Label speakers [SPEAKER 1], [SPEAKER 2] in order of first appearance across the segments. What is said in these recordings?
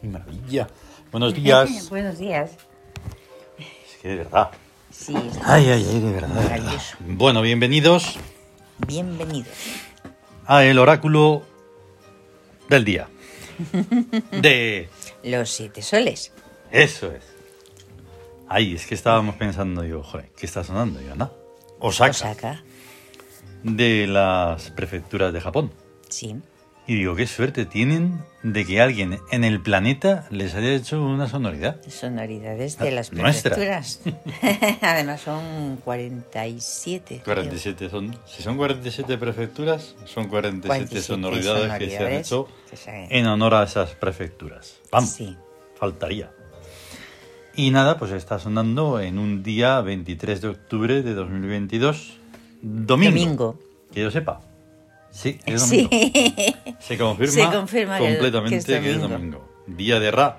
[SPEAKER 1] ¡Qué maravilla! Buenos días.
[SPEAKER 2] Buenos días.
[SPEAKER 1] Es que de verdad.
[SPEAKER 2] Sí, es
[SPEAKER 1] Ay, ay, ay, de verdad. de verdad.
[SPEAKER 2] Maravilloso.
[SPEAKER 1] Bueno, bienvenidos
[SPEAKER 2] bienvenidos.
[SPEAKER 1] a el oráculo del día. De...
[SPEAKER 2] Los siete soles.
[SPEAKER 1] Eso es. Ay, es que estábamos pensando yo, joder, ¿qué está sonando, Ivana? Osaka,
[SPEAKER 2] Osaka.
[SPEAKER 1] de las prefecturas de Japón.
[SPEAKER 2] Sí.
[SPEAKER 1] Y digo, qué suerte tienen de que alguien en el planeta les haya hecho una sonoridad.
[SPEAKER 2] Sonoridades de
[SPEAKER 1] Ah,
[SPEAKER 2] las
[SPEAKER 1] nuestra.
[SPEAKER 2] prefecturas. Además son 47. creo.
[SPEAKER 1] 47 son, si son 47 prefecturas, son 47,
[SPEAKER 2] 47
[SPEAKER 1] sonoridades, que se han
[SPEAKER 2] sonoridades
[SPEAKER 1] hecho
[SPEAKER 2] que se han-
[SPEAKER 1] en honor a esas prefecturas. Vamos,
[SPEAKER 2] Sí.
[SPEAKER 1] faltaría. Y nada, pues está sonando en un día 23 de octubre de 2022, domingo.
[SPEAKER 2] Domingo.
[SPEAKER 1] Que yo sepa. Sí, es
[SPEAKER 2] Sí.
[SPEAKER 1] domingo. Se confirma,
[SPEAKER 2] Se confirma que el-
[SPEAKER 1] completamente
[SPEAKER 2] que es
[SPEAKER 1] que es
[SPEAKER 2] domingo.
[SPEAKER 1] domingo. Día de Ra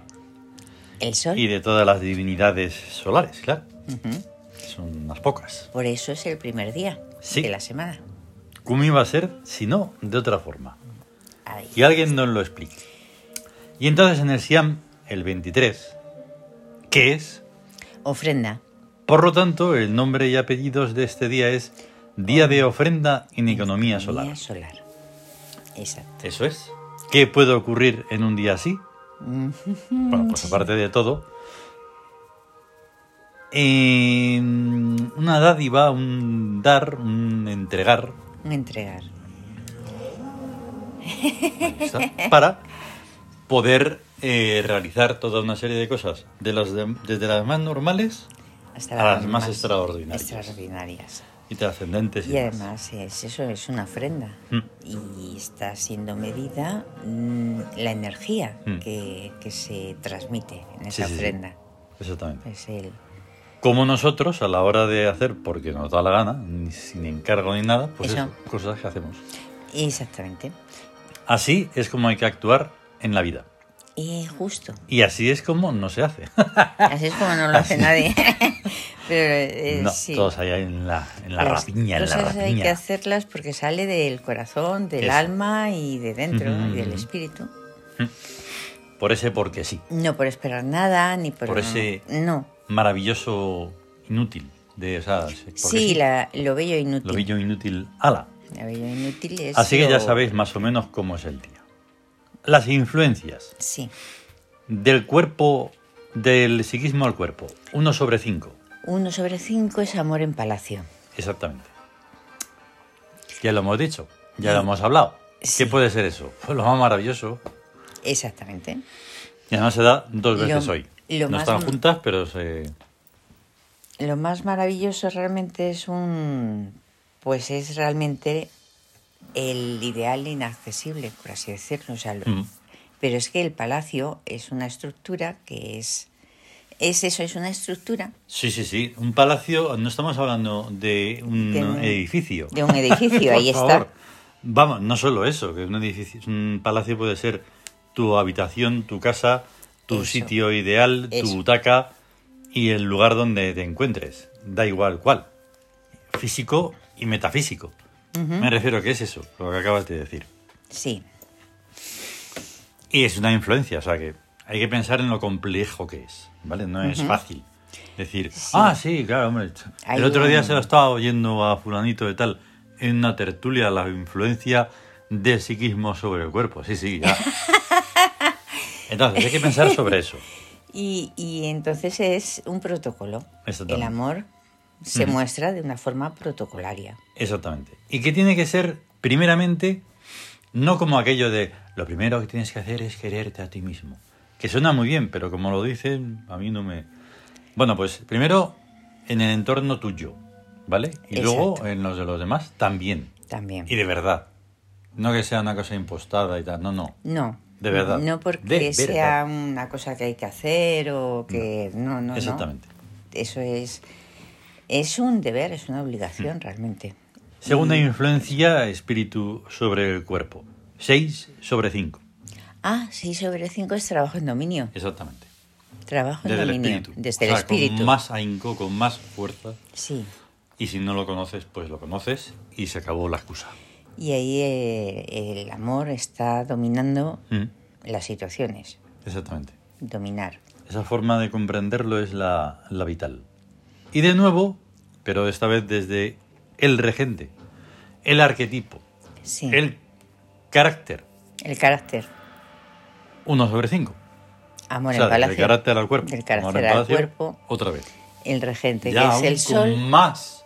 [SPEAKER 2] El sol.
[SPEAKER 1] y de todas las divinidades solares, claro.
[SPEAKER 2] Ujú.
[SPEAKER 1] Son unas pocas.
[SPEAKER 2] Por eso es el primer día
[SPEAKER 1] Sí.
[SPEAKER 2] de la semana.
[SPEAKER 1] ¿Cómo iba a ser si no de otra forma?
[SPEAKER 2] Ahí.
[SPEAKER 1] Que alguien nos lo explique. Y entonces en el Siam, el 23, que es,
[SPEAKER 2] Ofrenda.
[SPEAKER 1] por lo tanto, el nombre y apellidos de este día es Día de Ofrenda en Economía Solar.
[SPEAKER 2] Economía solar. Exacto.
[SPEAKER 1] Eso es. ¿Qué puede ocurrir en un día así? Bueno, pues aparte de todo, eh, una dádiva, un dar, un entregar,
[SPEAKER 2] Un entregar.
[SPEAKER 1] está, para poder eh, realizar toda una serie de cosas, de las de- desde las más normales
[SPEAKER 2] Hasta
[SPEAKER 1] A las más extraordinarias.
[SPEAKER 2] Extraordinarias.
[SPEAKER 1] y trascendentes.
[SPEAKER 2] Y
[SPEAKER 1] demás.
[SPEAKER 2] además es eso, es una ofrenda.
[SPEAKER 1] Mm.
[SPEAKER 2] Y está siendo medida mm, la energía
[SPEAKER 1] Mm.
[SPEAKER 2] que, que se transmite en
[SPEAKER 1] Sí,
[SPEAKER 2] esa
[SPEAKER 1] sí, sí.
[SPEAKER 2] ofrenda.
[SPEAKER 1] Exactamente.
[SPEAKER 2] Es el
[SPEAKER 1] Como nosotros, a la hora de hacer, porque nos da la gana, ni sin encargo ni nada, pues
[SPEAKER 2] Eso.
[SPEAKER 1] eso, cosas que hacemos.
[SPEAKER 2] exactamente.
[SPEAKER 1] Así es como hay que actuar en la vida.
[SPEAKER 2] Y justo.
[SPEAKER 1] Y así es como no se hace.
[SPEAKER 2] Así es como no lo hace
[SPEAKER 1] Así.
[SPEAKER 2] nadie. Pero eh,
[SPEAKER 1] Ah. no,
[SPEAKER 2] sí.
[SPEAKER 1] todos allá en la, en la
[SPEAKER 2] Las
[SPEAKER 1] rapiña, en la
[SPEAKER 2] cosas hay que
[SPEAKER 1] rapiña.
[SPEAKER 2] hacerlas porque sale del corazón, del
[SPEAKER 1] Eso.
[SPEAKER 2] alma y de dentro,
[SPEAKER 1] Ujú,
[SPEAKER 2] y del
[SPEAKER 1] ujú.
[SPEAKER 2] espíritu.
[SPEAKER 1] Por ese porque sí.
[SPEAKER 2] No por esperar nada, ni por...
[SPEAKER 1] Por ese-
[SPEAKER 2] No.
[SPEAKER 1] Maravilloso inútil. De, o sea, sí, porque
[SPEAKER 2] Sí, la- lo bello e inútil.
[SPEAKER 1] Lo billo inútil. Ala.
[SPEAKER 2] La bello e inútil es
[SPEAKER 1] Así que
[SPEAKER 2] lo-
[SPEAKER 1] ya sabéis más o menos cómo es el día. Las influencias
[SPEAKER 2] Sí,
[SPEAKER 1] del cuerpo, del psiquismo al cuerpo. 1 sobre 5,
[SPEAKER 2] 1 sobre 5 es amor en palacio.
[SPEAKER 1] exactamente. Ya lo hemos dicho, ya lo hemos hablado.
[SPEAKER 2] Mm. Sí.
[SPEAKER 1] ¿Qué puede ser eso? Pues lo más maravilloso.
[SPEAKER 2] Exactamente.
[SPEAKER 1] Y además se da dos
[SPEAKER 2] Lo-
[SPEAKER 1] veces hoy.
[SPEAKER 2] lo
[SPEAKER 1] No
[SPEAKER 2] más-
[SPEAKER 1] están juntas, pero se...
[SPEAKER 2] Lo más maravilloso realmente es un... Pues es realmente el ideal inaccesible, por así decirlo. o sea, lo-
[SPEAKER 1] Mm.
[SPEAKER 2] Pero es que el palacio es una estructura que es... Es eso, es una estructura
[SPEAKER 1] Sí, sí, sí. Un palacio, no estamos hablando de un
[SPEAKER 2] De un-
[SPEAKER 1] edificio.
[SPEAKER 2] de un edificio,
[SPEAKER 1] Por
[SPEAKER 2] ahí
[SPEAKER 1] favor.
[SPEAKER 2] está.
[SPEAKER 1] Vamos, no solo eso, que un edificio, un palacio puede ser tu habitación, tu casa, tu
[SPEAKER 2] Eso.
[SPEAKER 1] sitio ideal,
[SPEAKER 2] Eso.
[SPEAKER 1] tu butaca y el lugar donde te encuentres. Da igual cuál. Físico y metafísico. Me refiero a que es eso, lo que acabas de decir.
[SPEAKER 2] Sí,
[SPEAKER 1] Y es una influencia, o sea que hay que pensar en lo complejo que es, ¿vale? No es fácil decir, ah, sí, claro, hombre.
[SPEAKER 2] Hay
[SPEAKER 1] el otro día
[SPEAKER 2] un-
[SPEAKER 1] se lo estaba oyendo a fulanito de tal en una tertulia la influencia del psiquismo sobre el cuerpo. Sí, sí, ya. Entonces, hay que pensar sobre eso.
[SPEAKER 2] Y, y entonces es un protocolo.
[SPEAKER 1] Exactamente. Mm.
[SPEAKER 2] El amor se muestra de una forma protocolaria.
[SPEAKER 1] Exactamente. Y que tiene que ser, primeramente, no como aquello de lo primero que tienes que hacer es quererte a ti mismo. Que suena muy bien, pero como lo dicen, a mí no me. Bueno, pues primero en el entorno tuyo, ¿vale? Y luego
[SPEAKER 2] Exacto.
[SPEAKER 1] en los de los demás también.
[SPEAKER 2] También.
[SPEAKER 1] Y de verdad. No que sea una cosa impostada y tal. No, no.
[SPEAKER 2] No.
[SPEAKER 1] De verdad.
[SPEAKER 2] No porque
[SPEAKER 1] De
[SPEAKER 2] sea una cosa que hay que hacer o que... No, no, no.
[SPEAKER 1] Exactamente.
[SPEAKER 2] Eso es... Es un deber, es una obligación
[SPEAKER 1] Hmm.
[SPEAKER 2] realmente.
[SPEAKER 1] Segunda
[SPEAKER 2] Mm.
[SPEAKER 1] influencia, espíritu sobre el cuerpo. 6 sobre 5.
[SPEAKER 2] Ah, 6 sobre 5 es trabajo en dominio.
[SPEAKER 1] Exactamente.
[SPEAKER 2] Trabajo en
[SPEAKER 1] Desde el
[SPEAKER 2] dominio.
[SPEAKER 1] espíritu.
[SPEAKER 2] Desde
[SPEAKER 1] O sea,
[SPEAKER 2] el espíritu.
[SPEAKER 1] Con más ahínco, con más fuerza.
[SPEAKER 2] Sí.
[SPEAKER 1] Y si no lo conoces, pues lo conoces y se acabó la excusa.
[SPEAKER 2] Y ahí eh, el amor está dominando
[SPEAKER 1] Mm.
[SPEAKER 2] las situaciones.
[SPEAKER 1] Exactamente.
[SPEAKER 2] dominar.
[SPEAKER 1] Esa forma de comprenderlo es la, la vital. Y de nuevo, pero esta vez desde el regente, el arquetipo,
[SPEAKER 2] Sí.
[SPEAKER 1] el carácter,
[SPEAKER 2] El carácter.
[SPEAKER 1] 1 sobre 5.
[SPEAKER 2] Amor
[SPEAKER 1] o sea,
[SPEAKER 2] en palacio.
[SPEAKER 1] del carácter al cuerpo.
[SPEAKER 2] Del
[SPEAKER 1] Ahora
[SPEAKER 2] carácter
[SPEAKER 1] en
[SPEAKER 2] al
[SPEAKER 1] palacio,
[SPEAKER 2] cuerpo.
[SPEAKER 1] Otra vez.
[SPEAKER 2] El regente,
[SPEAKER 1] Ya
[SPEAKER 2] que es
[SPEAKER 1] aún
[SPEAKER 2] el sol.
[SPEAKER 1] con más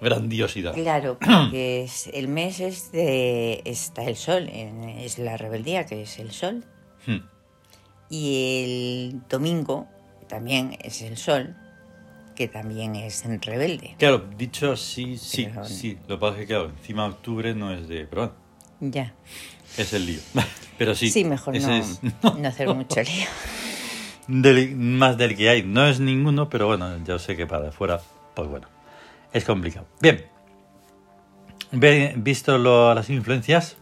[SPEAKER 1] grandiosidad.
[SPEAKER 2] Claro, porque es- el mes es de. Está el sol, en- es la rebeldía, que es el sol.
[SPEAKER 1] Hmm.
[SPEAKER 2] Y el domingo también es el sol, que también es en rebelde.
[SPEAKER 1] Claro, dicho así, sí,
[SPEAKER 2] Pero-
[SPEAKER 1] sí. Lo que pasa es que, claro, encima octubre no es de... Pero bueno,
[SPEAKER 2] Ya.
[SPEAKER 1] es el lío. Pero sí,
[SPEAKER 2] mejor
[SPEAKER 1] ese
[SPEAKER 2] no,
[SPEAKER 1] es
[SPEAKER 2] no hacer mucho lío.
[SPEAKER 1] del- más del que hay. No es ninguno, pero bueno, yo sé que para afuera, pues bueno, es complicado. Bien, Ve- visto lo- las influencias,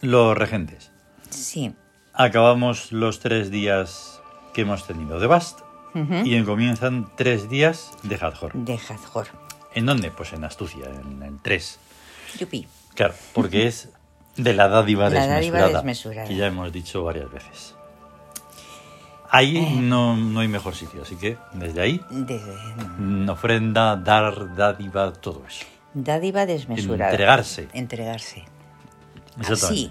[SPEAKER 1] los regentes.
[SPEAKER 2] Sí.
[SPEAKER 1] Acabamos los tres días que hemos tenido de Bast
[SPEAKER 2] Ujú.
[SPEAKER 1] y comienzan tres días de Hathor.
[SPEAKER 2] De Hathor.
[SPEAKER 1] ¿En dónde? Pues en Astucia, en, en tres.
[SPEAKER 2] Yupi.
[SPEAKER 1] Claro, porque es de la dádiva,
[SPEAKER 2] La dádiva
[SPEAKER 1] desmesurada,
[SPEAKER 2] desmesurada.
[SPEAKER 1] que ya hemos dicho varias veces. Ahí
[SPEAKER 2] Eh.
[SPEAKER 1] no, no hay mejor sitio, así que desde ahí,
[SPEAKER 2] De-
[SPEAKER 1] mm, ofrenda, dar, dádiva, todo eso.
[SPEAKER 2] dádiva desmesurada.
[SPEAKER 1] Entregarse.
[SPEAKER 2] Entregarse. Ah,
[SPEAKER 1] Exactamente.
[SPEAKER 2] Así.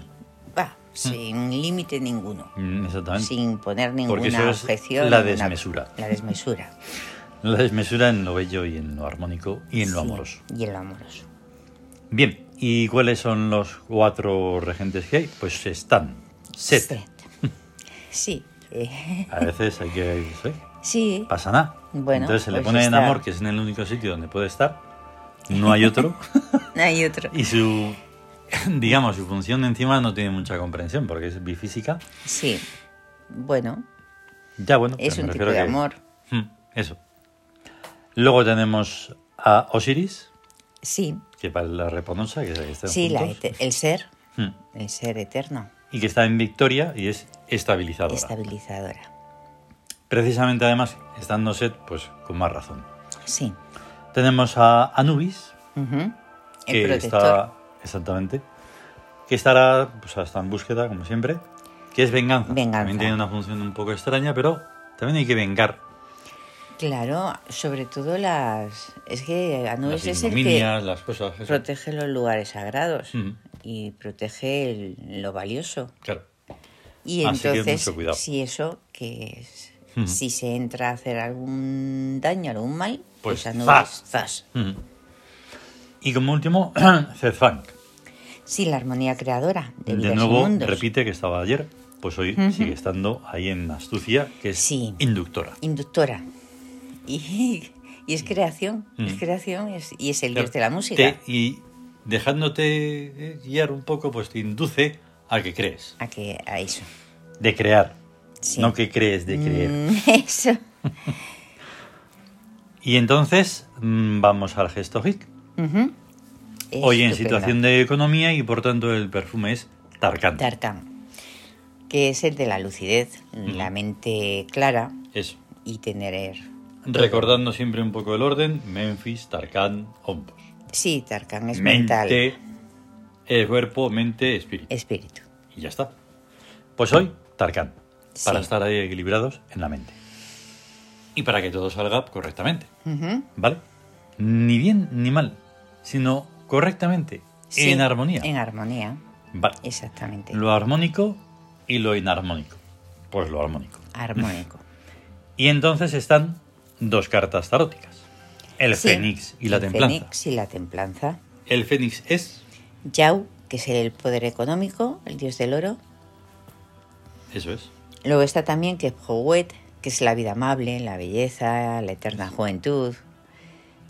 [SPEAKER 2] Va, sin límite ninguno.
[SPEAKER 1] Mm, Exactamente.
[SPEAKER 2] Sin poner ninguna
[SPEAKER 1] Porque eso es
[SPEAKER 2] objeción.
[SPEAKER 1] la
[SPEAKER 2] ninguna-
[SPEAKER 1] desmesura.
[SPEAKER 2] La desmesura.
[SPEAKER 1] La desmesura en lo bello y en lo armónico y en lo
[SPEAKER 2] Sí,
[SPEAKER 1] amoroso.
[SPEAKER 2] Y en lo amoroso.
[SPEAKER 1] Bien, ¿y cuáles son los cuatro regentes que hay? Pues están Set.
[SPEAKER 2] Set. Sí. eh,
[SPEAKER 1] A veces hay que... ¿sí?
[SPEAKER 2] Sí.
[SPEAKER 1] Pasa nada.
[SPEAKER 2] Bueno,
[SPEAKER 1] Entonces se le
[SPEAKER 2] pues
[SPEAKER 1] pone en
[SPEAKER 2] está.
[SPEAKER 1] amor, que es en el único sitio donde puede estar. No hay otro.
[SPEAKER 2] Hay otro.
[SPEAKER 1] Y su, digamos, su función encima no tiene mucha comprensión porque es bifísica.
[SPEAKER 2] Sí. Bueno,
[SPEAKER 1] Ya bueno,
[SPEAKER 2] es
[SPEAKER 1] pero
[SPEAKER 2] un
[SPEAKER 1] me
[SPEAKER 2] tipo
[SPEAKER 1] refiero
[SPEAKER 2] de
[SPEAKER 1] que-
[SPEAKER 2] amor.
[SPEAKER 1] Mm, eso. Luego tenemos a Osiris,
[SPEAKER 2] Sí.
[SPEAKER 1] que para la reponosa, que es la que está
[SPEAKER 2] Sí, la E
[SPEAKER 1] juntos, Ah,
[SPEAKER 2] ete- el ser.
[SPEAKER 1] Mm,
[SPEAKER 2] El ser eterno.
[SPEAKER 1] y que está en victoria y es estabilizadora.
[SPEAKER 2] Estabilizadora.
[SPEAKER 1] Precisamente además, estando Set, pues con más razón.
[SPEAKER 2] Sí.
[SPEAKER 1] Tenemos a Anubis,
[SPEAKER 2] Ujú. El
[SPEAKER 1] que
[SPEAKER 2] protector.
[SPEAKER 1] está exactamente que estará pues está en búsqueda como siempre que es venganza.
[SPEAKER 2] Venganza.
[SPEAKER 1] también tiene una función un poco extraña pero también hay que vengar
[SPEAKER 2] Claro, sobre todo las. Es que Anubis
[SPEAKER 1] las
[SPEAKER 2] es el que
[SPEAKER 1] ignominias las cosas eso.
[SPEAKER 2] protege los lugares sagrados
[SPEAKER 1] Ujú.
[SPEAKER 2] y protege el- lo valioso.
[SPEAKER 1] claro
[SPEAKER 2] Y
[SPEAKER 1] Así que
[SPEAKER 2] entonces,
[SPEAKER 1] mucho cuidado. Hmm.
[SPEAKER 2] si eso, que es.
[SPEAKER 1] Ujú.
[SPEAKER 2] Si se entra a hacer algún daño, algún mal, pues,
[SPEAKER 1] Pues,
[SPEAKER 2] Anubis,
[SPEAKER 1] zas.
[SPEAKER 2] zas.
[SPEAKER 1] Ujú. y como último Zedfunk
[SPEAKER 2] Sí, la armonía creadora de,
[SPEAKER 1] de
[SPEAKER 2] vidas y
[SPEAKER 1] nuevo
[SPEAKER 2] mundos.
[SPEAKER 1] repite que estaba ayer pues hoy sigue estando ahí en astucia que es
[SPEAKER 2] Sí.
[SPEAKER 1] inductora
[SPEAKER 2] Inductora. Y, y es creación. Es
[SPEAKER 1] Ujú.
[SPEAKER 2] creación es- y es el dios de la música.
[SPEAKER 1] Hmm. Te- y dejándote eh, guiar un poco pues te induce a que crees
[SPEAKER 2] A, que, a eso.
[SPEAKER 1] de crear
[SPEAKER 2] Sí.
[SPEAKER 1] no que crees de creer
[SPEAKER 2] Mm, Eso.
[SPEAKER 1] Y entonces mm, vamos al gesto hic.
[SPEAKER 2] Ujú. Es
[SPEAKER 1] Hoy en
[SPEAKER 2] estupendo.
[SPEAKER 1] situación de economía y por tanto el perfume es Tarkan.
[SPEAKER 2] Tarkan, que es el de la lucidez,
[SPEAKER 1] Hmm.
[SPEAKER 2] la mente clara
[SPEAKER 1] Eso.
[SPEAKER 2] y tener...
[SPEAKER 1] Recordando siempre un poco el orden, Memphis, Tarkan, Ompos.
[SPEAKER 2] Sí, Tarkan es mental, Eh.
[SPEAKER 1] Mente, eh, cuerpo, mente, espíritu.
[SPEAKER 2] espíritu.
[SPEAKER 1] Y ya está. Pues hoy, Tarkan. Para
[SPEAKER 2] Sí.
[SPEAKER 1] estar ahí equilibrados en la mente. Y para que todo salga correctamente.
[SPEAKER 2] Ujú.
[SPEAKER 1] ¿Vale? Ni bien ni mal, sino correctamente,
[SPEAKER 2] Sí,
[SPEAKER 1] en armonía.
[SPEAKER 2] En armonía,
[SPEAKER 1] Vale.
[SPEAKER 2] exactamente.
[SPEAKER 1] Lo armónico y lo inarmónico. Pues lo armónico.
[SPEAKER 2] Armónico.
[SPEAKER 1] Y entonces están dos cartas taróticas. El
[SPEAKER 2] Sí,
[SPEAKER 1] Fénix y la
[SPEAKER 2] el
[SPEAKER 1] Templanza.
[SPEAKER 2] Fénix y la templanza.
[SPEAKER 1] El Fénix es...
[SPEAKER 2] Yau, que es el poder económico, el dios del oro.
[SPEAKER 1] Eso es.
[SPEAKER 2] Luego está también que Howet, que es la vida amable, la belleza, la eterna juventud.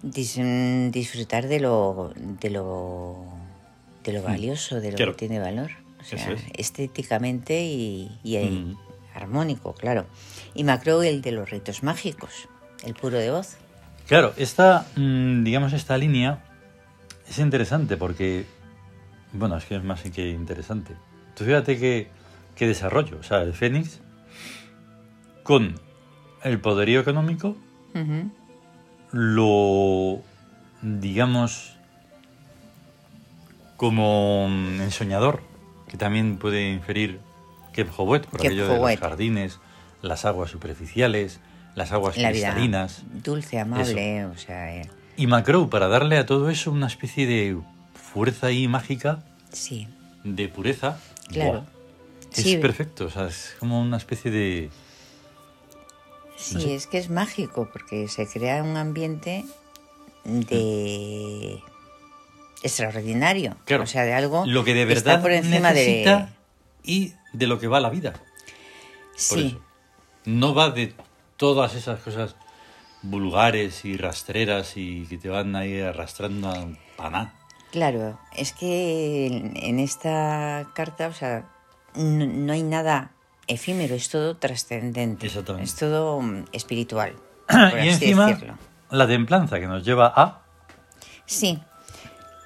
[SPEAKER 2] Dis- mm, disfrutar de lo, de lo de lo valioso, de lo
[SPEAKER 1] Claro.
[SPEAKER 2] que tiene valor.
[SPEAKER 1] Hmm.
[SPEAKER 2] O
[SPEAKER 1] Eso
[SPEAKER 2] sea,
[SPEAKER 1] es.
[SPEAKER 2] estéticamente y, y ahí,
[SPEAKER 1] Mm.
[SPEAKER 2] armónico, claro. Y Macro, el de los ritos mágicos, el puro de voz.
[SPEAKER 1] Claro, esta, mm, digamos, esta línea es interesante porque... Bueno, es que es más que interesante. Tú fíjate qué, qué desarrollo. O sea, el Fénix con el poderío económico
[SPEAKER 2] Ujú.
[SPEAKER 1] lo digamos como ensoñador que también puede inferir Kepjowet, por aquello de los
[SPEAKER 2] Kepjowet.
[SPEAKER 1] jardines, las aguas superficiales, las aguas
[SPEAKER 2] La vida
[SPEAKER 1] Pues cristalinas.
[SPEAKER 2] dulce, amable, o sea, eh,
[SPEAKER 1] Y Macro, para darle a todo eso una especie de fuerza ahí mágica,
[SPEAKER 2] sí,
[SPEAKER 1] de pureza.
[SPEAKER 2] Claro.
[SPEAKER 1] ¡buah! Es
[SPEAKER 2] Sí.
[SPEAKER 1] perfecto, o sea, es como una especie de...
[SPEAKER 2] sí, es que es mágico porque se crea un ambiente de extraordinario,
[SPEAKER 1] Mm. Claro,
[SPEAKER 2] o sea, de algo
[SPEAKER 1] Lo que de
[SPEAKER 2] que
[SPEAKER 1] verdad
[SPEAKER 2] está por encima
[SPEAKER 1] necesita y de lo que va la vida.
[SPEAKER 2] de
[SPEAKER 1] Por
[SPEAKER 2] sí,
[SPEAKER 1] eso. No va de todas esas cosas vulgares y rastreras y que te van ahí arrastrando a paná.
[SPEAKER 2] claro, es que en, en esta carta, o sea, no, no hay nada efímero, es todo trascendente,
[SPEAKER 1] Exactamente.
[SPEAKER 2] es todo mm, espiritual, por así
[SPEAKER 1] y encima
[SPEAKER 2] decirlo.
[SPEAKER 1] la templanza que nos lleva a
[SPEAKER 2] Sí.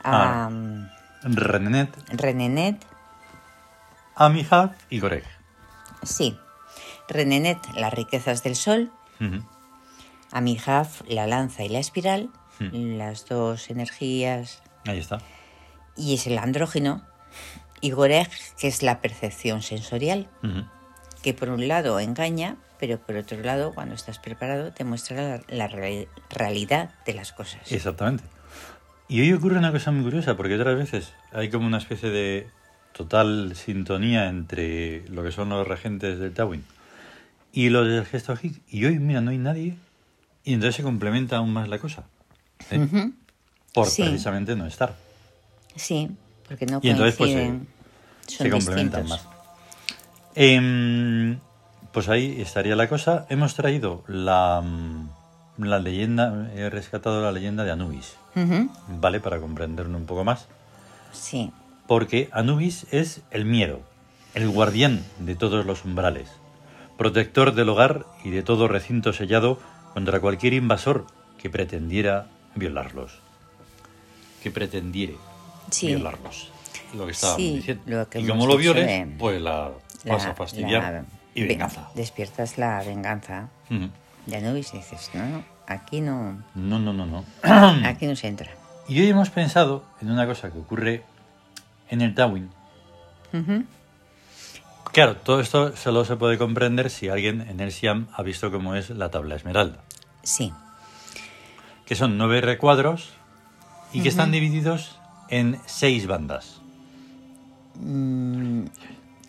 [SPEAKER 1] Ah.
[SPEAKER 2] A mm,
[SPEAKER 1] Renenet,
[SPEAKER 2] Renenet,
[SPEAKER 1] Amihab y Goreg.
[SPEAKER 2] sí. Renenet, las riquezas del sol.
[SPEAKER 1] Ujú.
[SPEAKER 2] Amihaf, la lanza y la espiral.
[SPEAKER 1] Hmm.
[SPEAKER 2] Las dos energías.
[SPEAKER 1] Ahí está.
[SPEAKER 2] Y es el andrógeno. Y Goreg, que es la percepción sensorial.
[SPEAKER 1] Ujú.
[SPEAKER 2] Que por un lado engaña, pero por otro lado, cuando estás preparado, te muestra la, la real- realidad de las cosas.
[SPEAKER 1] Exactamente. Y hoy ocurre una cosa muy curiosa, porque otras veces hay como una especie de total sintonía entre lo que son los regentes del Tawin y los del gesto Hig. Y hoy, mira, no hay nadie. Y entonces se complementa aún más la cosa. ¿eh? Por
[SPEAKER 2] Sí.
[SPEAKER 1] precisamente no estar.
[SPEAKER 2] Sí, porque no
[SPEAKER 1] Y entonces, pues,
[SPEAKER 2] coinciden. Son
[SPEAKER 1] se complementan
[SPEAKER 2] distintos.
[SPEAKER 1] más. Em, pues ahí estaría la cosa. Hemos traído la, mm, la leyenda, he rescatado la leyenda de Anubis,
[SPEAKER 2] Ujú,
[SPEAKER 1] ¿vale? Para comprenderlo un poco más.
[SPEAKER 2] Sí.
[SPEAKER 1] Porque Anubis es el miedo, el guardián de todos los umbrales, protector del hogar y de todo recinto sellado contra cualquier invasor que pretendiera violarlos. Que pretendiere
[SPEAKER 2] Sí.
[SPEAKER 1] violarlos. Lo que estábamos
[SPEAKER 2] Sí,
[SPEAKER 1] diciendo.
[SPEAKER 2] lo que
[SPEAKER 1] y
[SPEAKER 2] hemos
[SPEAKER 1] como lo
[SPEAKER 2] dicho
[SPEAKER 1] violes,
[SPEAKER 2] de-
[SPEAKER 1] pues la,
[SPEAKER 2] la-
[SPEAKER 1] vas a fastidiar
[SPEAKER 2] la-
[SPEAKER 1] y venganza.
[SPEAKER 2] ve- Despiertas la venganza
[SPEAKER 1] Ujú.
[SPEAKER 2] de Anubis y dices, no, no, aquí no,
[SPEAKER 1] No, no, no, no. Mm.
[SPEAKER 2] aquí no se entra.
[SPEAKER 1] Y hoy hemos pensado en una cosa que ocurre en el Tawin.
[SPEAKER 2] Ujú.
[SPEAKER 1] Claro, todo esto solo se puede comprender si alguien en el Siam ha visto cómo es la tabla esmeralda,
[SPEAKER 2] Sí,
[SPEAKER 1] que son nueve recuadros y que están divididos en seis bandas. ¿Vale?
[SPEAKER 2] Mm,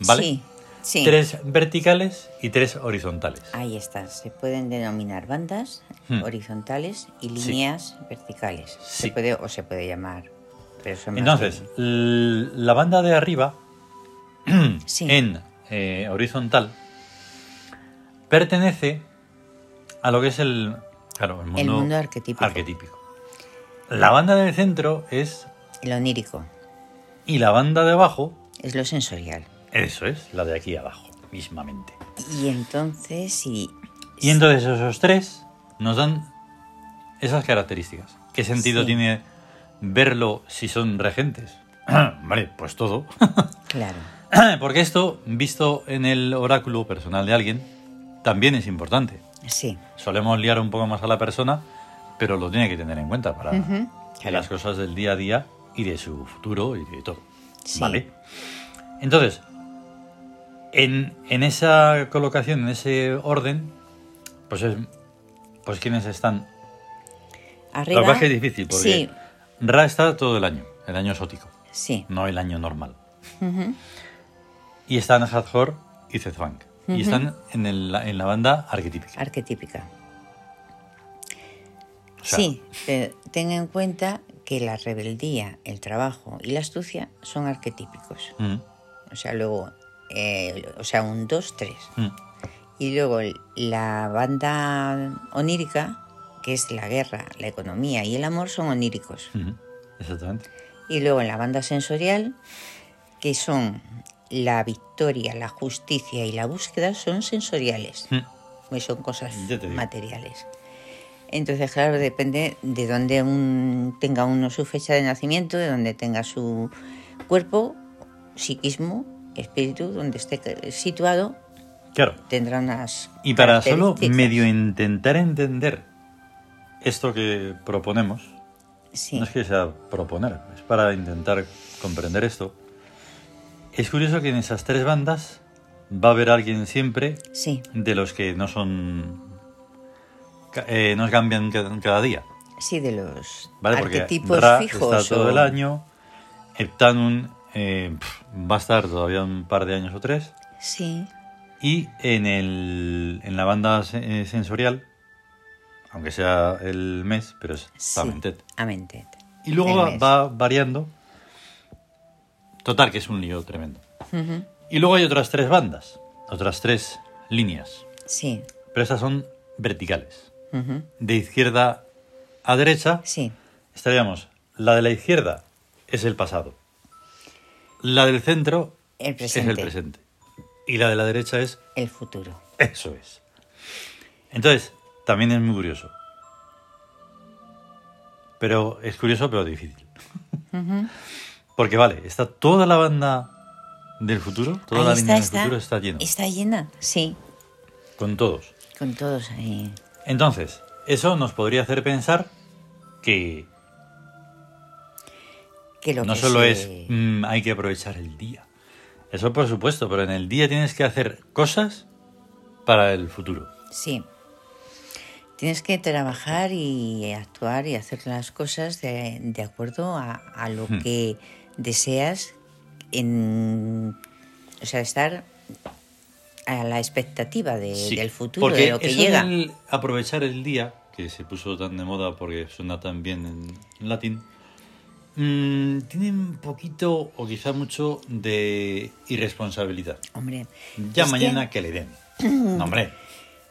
[SPEAKER 2] sí, sí.
[SPEAKER 1] Tres verticales y tres horizontales.
[SPEAKER 2] Ahí está, se pueden denominar bandas
[SPEAKER 1] Hmm.
[SPEAKER 2] horizontales y líneas verticales.
[SPEAKER 1] Sí.
[SPEAKER 2] Se puede o se puede llamar. pero son más
[SPEAKER 1] Entonces,
[SPEAKER 2] bien-
[SPEAKER 1] l- la banda de arriba,
[SPEAKER 2] Sí.
[SPEAKER 1] en eh, horizontal, pertenece a lo que es el, claro, el mundo,
[SPEAKER 2] mundo arquetípico.
[SPEAKER 1] arquetípico. La banda del centro es,
[SPEAKER 2] el onírico
[SPEAKER 1] y la banda de abajo,
[SPEAKER 2] es lo sensorial.
[SPEAKER 1] eso es, la de aquí abajo, mismamente.
[SPEAKER 2] Y entonces, si
[SPEAKER 1] Y entonces esos tres nos dan esas características. ¿Qué sentido
[SPEAKER 2] Sí.
[SPEAKER 1] tiene verlo si son regentes? Vale, pues todo.
[SPEAKER 2] claro,
[SPEAKER 1] Porque esto, visto en el oráculo personal de alguien, también es importante.
[SPEAKER 2] sí,
[SPEAKER 1] Solemos liar un poco más a la persona, pero lo tiene que tener en cuenta para
[SPEAKER 2] Ujú.
[SPEAKER 1] que las cosas del día a día y de su futuro y de todo.
[SPEAKER 2] Sí.
[SPEAKER 1] ¿Vale? Entonces, en, en esa colocación, en ese orden, pues es. Pues quienes están.
[SPEAKER 2] arriba.
[SPEAKER 1] Lo que pasa es que es difícil, porque
[SPEAKER 2] Sí,
[SPEAKER 1] Ra está todo el año, el año exótico
[SPEAKER 2] sí.
[SPEAKER 1] no el año normal. Y están Hathor y Zezvank. Y están en, el- en la banda arquetípica.
[SPEAKER 2] arquetípica.
[SPEAKER 1] O sea,
[SPEAKER 2] sí, pero ten en cuenta que la rebeldía, el trabajo y la astucia son arquetípicos.
[SPEAKER 1] Mm,
[SPEAKER 2] O sea, luego, eh, o sea, un 2, 3.
[SPEAKER 1] mm,
[SPEAKER 2] Y luego el- la banda onírica, que es la guerra, la economía y el amor, son oníricos.
[SPEAKER 1] mm, Exactamente.
[SPEAKER 2] Y luego en la banda sensorial, que son la victoria, la justicia y la búsqueda, son sensoriales.
[SPEAKER 1] Mm,
[SPEAKER 2] pues son cosas
[SPEAKER 1] Ya te digo.
[SPEAKER 2] materiales. Entonces, claro, depende de dónde un- tenga uno su fecha de nacimiento, de dónde tenga su cuerpo, psiquismo, espíritu, donde esté c- situado,
[SPEAKER 1] Claro.
[SPEAKER 2] tendrá unas.
[SPEAKER 1] Y para solo
[SPEAKER 2] características.
[SPEAKER 1] medio intentar entender esto que proponemos,
[SPEAKER 2] Sí,
[SPEAKER 1] no es que sea proponer, es para intentar comprender esto, es curioso que en esas tres bandas va a haber alguien siempre
[SPEAKER 2] Sí,
[SPEAKER 1] de los que no son. ca- eh, no cambian ca- cada día.
[SPEAKER 2] sí, de los
[SPEAKER 1] ¿vale? Porque
[SPEAKER 2] arquetipos
[SPEAKER 1] Ra
[SPEAKER 2] fijos.
[SPEAKER 1] está todo
[SPEAKER 2] o-
[SPEAKER 1] el año. Heptanum eh, pf, va a estar todavía un par de años o tres.
[SPEAKER 2] Sí,
[SPEAKER 1] Y en, el, en la banda se- eh, sensorial, aunque sea el mes, pero es
[SPEAKER 2] sí.
[SPEAKER 1] Tamentet.
[SPEAKER 2] Amentet.
[SPEAKER 1] Y luego
[SPEAKER 2] El
[SPEAKER 1] va,
[SPEAKER 2] mes.
[SPEAKER 1] va variando. Total, que es un lío tremendo.
[SPEAKER 2] Ujú,
[SPEAKER 1] Y luego hay otras tres bandas, otras tres líneas.
[SPEAKER 2] Sí,
[SPEAKER 1] Pero estas son verticales.
[SPEAKER 2] ujú,
[SPEAKER 1] De izquierda a derecha
[SPEAKER 2] sí,
[SPEAKER 1] estaríamos. La de la izquierda es el pasado. La del centro
[SPEAKER 2] el
[SPEAKER 1] es
[SPEAKER 2] presente,
[SPEAKER 1] el
[SPEAKER 2] el,
[SPEAKER 1] presente. Y la de la derecha es
[SPEAKER 2] futuro.
[SPEAKER 1] Eso es. Entonces, también es muy curioso. Pero es curioso, pero difícil.
[SPEAKER 2] Ujú,
[SPEAKER 1] Porque vale, está toda la banda del futuro, toda
[SPEAKER 2] ahí
[SPEAKER 1] la
[SPEAKER 2] está,
[SPEAKER 1] línea del
[SPEAKER 2] está,
[SPEAKER 1] futuro está llena,
[SPEAKER 2] Está llena, sí,
[SPEAKER 1] con todos.
[SPEAKER 2] con todos ahí.
[SPEAKER 1] Entonces, eso nos podría hacer pensar que
[SPEAKER 2] Que lo
[SPEAKER 1] no
[SPEAKER 2] que
[SPEAKER 1] solo
[SPEAKER 2] se-
[SPEAKER 1] es mm, hay que aprovechar el día. Eso por supuesto, pero en el día tienes que hacer cosas para el futuro.
[SPEAKER 2] Sí. Tienes que trabajar y actuar y hacer las cosas de, de acuerdo a, a lo
[SPEAKER 1] Hmm.
[SPEAKER 2] que deseas. En, o sea, estar a la expectativa de-
[SPEAKER 1] Sí,
[SPEAKER 2] Eh, del futuro,
[SPEAKER 1] porque
[SPEAKER 2] de lo que
[SPEAKER 1] eso
[SPEAKER 2] llega.
[SPEAKER 1] del aprovechar el día, que se puso tan de moda porque suena tan bien en latín, mm, tiene un poquito o quizá mucho de irresponsabilidad.
[SPEAKER 2] Hombre,
[SPEAKER 1] Ya
[SPEAKER 2] es que-
[SPEAKER 1] mañana que... le den. No, hombre,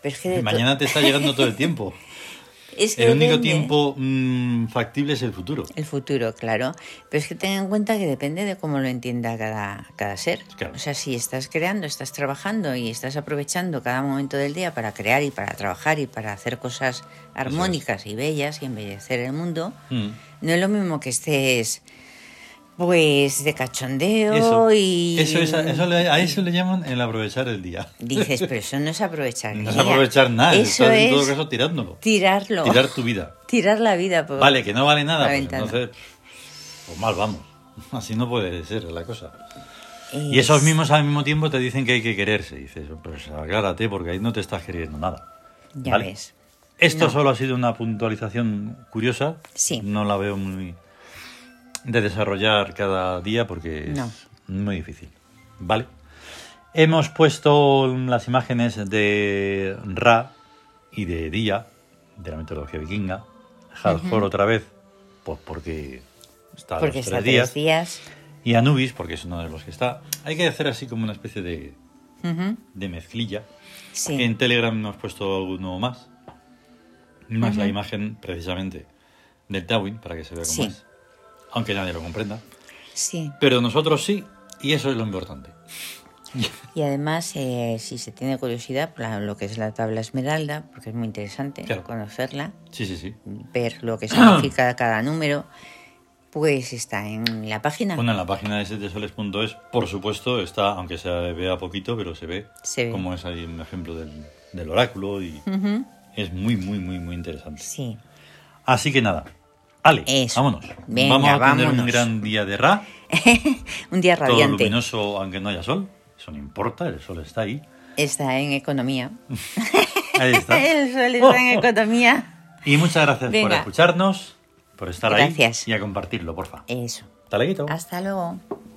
[SPEAKER 2] pero es que de to-
[SPEAKER 1] mañana te está llegando todo el tiempo.
[SPEAKER 2] es que ¿eh?
[SPEAKER 1] El único
[SPEAKER 2] depende.
[SPEAKER 1] tiempo mm, factible es el futuro.
[SPEAKER 2] El futuro, claro. Pero es que ten en cuenta que depende de cómo lo entienda cada, cada ser.
[SPEAKER 1] Claro.
[SPEAKER 2] O sea, si estás creando, estás trabajando y estás aprovechando cada momento del día para crear y para trabajar y para hacer cosas armónicas y bellas y embellecer el mundo,
[SPEAKER 1] Mm.
[SPEAKER 2] no es lo mismo que estés, pues, de cachondeo
[SPEAKER 1] Eso,
[SPEAKER 2] y...
[SPEAKER 1] eso es- eso le- a eso le llaman el aprovechar el día.
[SPEAKER 2] Dices, pero eso no es aprovechar.
[SPEAKER 1] No es
[SPEAKER 2] mira,
[SPEAKER 1] aprovechar nada,
[SPEAKER 2] Eso
[SPEAKER 1] estás en todo
[SPEAKER 2] es
[SPEAKER 1] caso tirándolo.
[SPEAKER 2] tirarlo.
[SPEAKER 1] Tirar tu vida.
[SPEAKER 2] Tirar la vida. por-
[SPEAKER 1] Vale, que no vale nada.
[SPEAKER 2] La
[SPEAKER 1] pues
[SPEAKER 2] ventana.
[SPEAKER 1] entonces, pues mal vamos. Así no puede ser la cosa.
[SPEAKER 2] Es-
[SPEAKER 1] Y esos mismos al mismo tiempo te dicen que hay que quererse. Y dices, pues agárrate porque ahí no te estás queriendo nada.
[SPEAKER 2] Ya
[SPEAKER 1] ¿Vale?
[SPEAKER 2] ves.
[SPEAKER 1] Esto
[SPEAKER 2] No.
[SPEAKER 1] solo ha sido una puntualización curiosa.
[SPEAKER 2] Sí.
[SPEAKER 1] No la veo muy de desarrollar cada día porque es
[SPEAKER 2] No.
[SPEAKER 1] muy difícil. ¿Vale? Hemos puesto las imágenes de Ra y de Día, de la mitología vikinga. Hathor otra vez, pues porque está a
[SPEAKER 2] Porque
[SPEAKER 1] los
[SPEAKER 2] está
[SPEAKER 1] tres días.
[SPEAKER 2] tres días.
[SPEAKER 1] Y Anubis, porque es uno de los que está. Hay que hacer así como una especie de,
[SPEAKER 2] Ujú.
[SPEAKER 1] de mezclilla.
[SPEAKER 2] Sí.
[SPEAKER 1] En Telegram hemos puesto alguno más. Más la imagen, precisamente, del Tawin, para que se vea cómo
[SPEAKER 2] Sí.
[SPEAKER 1] es. Aunque nadie lo comprenda.
[SPEAKER 2] Sí,
[SPEAKER 1] Pero nosotros sí, y eso es lo importante.
[SPEAKER 2] y además, eh, si se tiene curiosidad, por lo que es la tabla esmeralda, porque es muy interesante
[SPEAKER 1] Claro.
[SPEAKER 2] conocerla,
[SPEAKER 1] Sí, sí, sí.
[SPEAKER 2] ver lo que significa cada número, pues está en la página.
[SPEAKER 1] Bueno, en la página de setesoles.es, por supuesto, está, aunque se vea poquito, pero se ve
[SPEAKER 2] Se ve.
[SPEAKER 1] como es ahí un ejemplo del, del oráculo y
[SPEAKER 2] Ujú.
[SPEAKER 1] es muy, muy, muy, muy interesante.
[SPEAKER 2] Sí,
[SPEAKER 1] Así que nada. Ale,
[SPEAKER 2] Eso.
[SPEAKER 1] vámonos.
[SPEAKER 2] Venga,
[SPEAKER 1] Vamos a tener
[SPEAKER 2] vámonos.
[SPEAKER 1] un gran día de Ra,
[SPEAKER 2] un día
[SPEAKER 1] todo
[SPEAKER 2] radiante.
[SPEAKER 1] luminoso aunque no haya sol. Eso no importa, el sol está ahí.
[SPEAKER 2] Está en economía.
[SPEAKER 1] Ahí está. Oh.
[SPEAKER 2] El sol está en economía.
[SPEAKER 1] Y muchas gracias por
[SPEAKER 2] Venga.
[SPEAKER 1] escucharnos, por estar
[SPEAKER 2] Gracias.
[SPEAKER 1] ahí y a compartirlo, porfa.
[SPEAKER 2] Eso.
[SPEAKER 1] Hasta luego.
[SPEAKER 2] Hasta luego.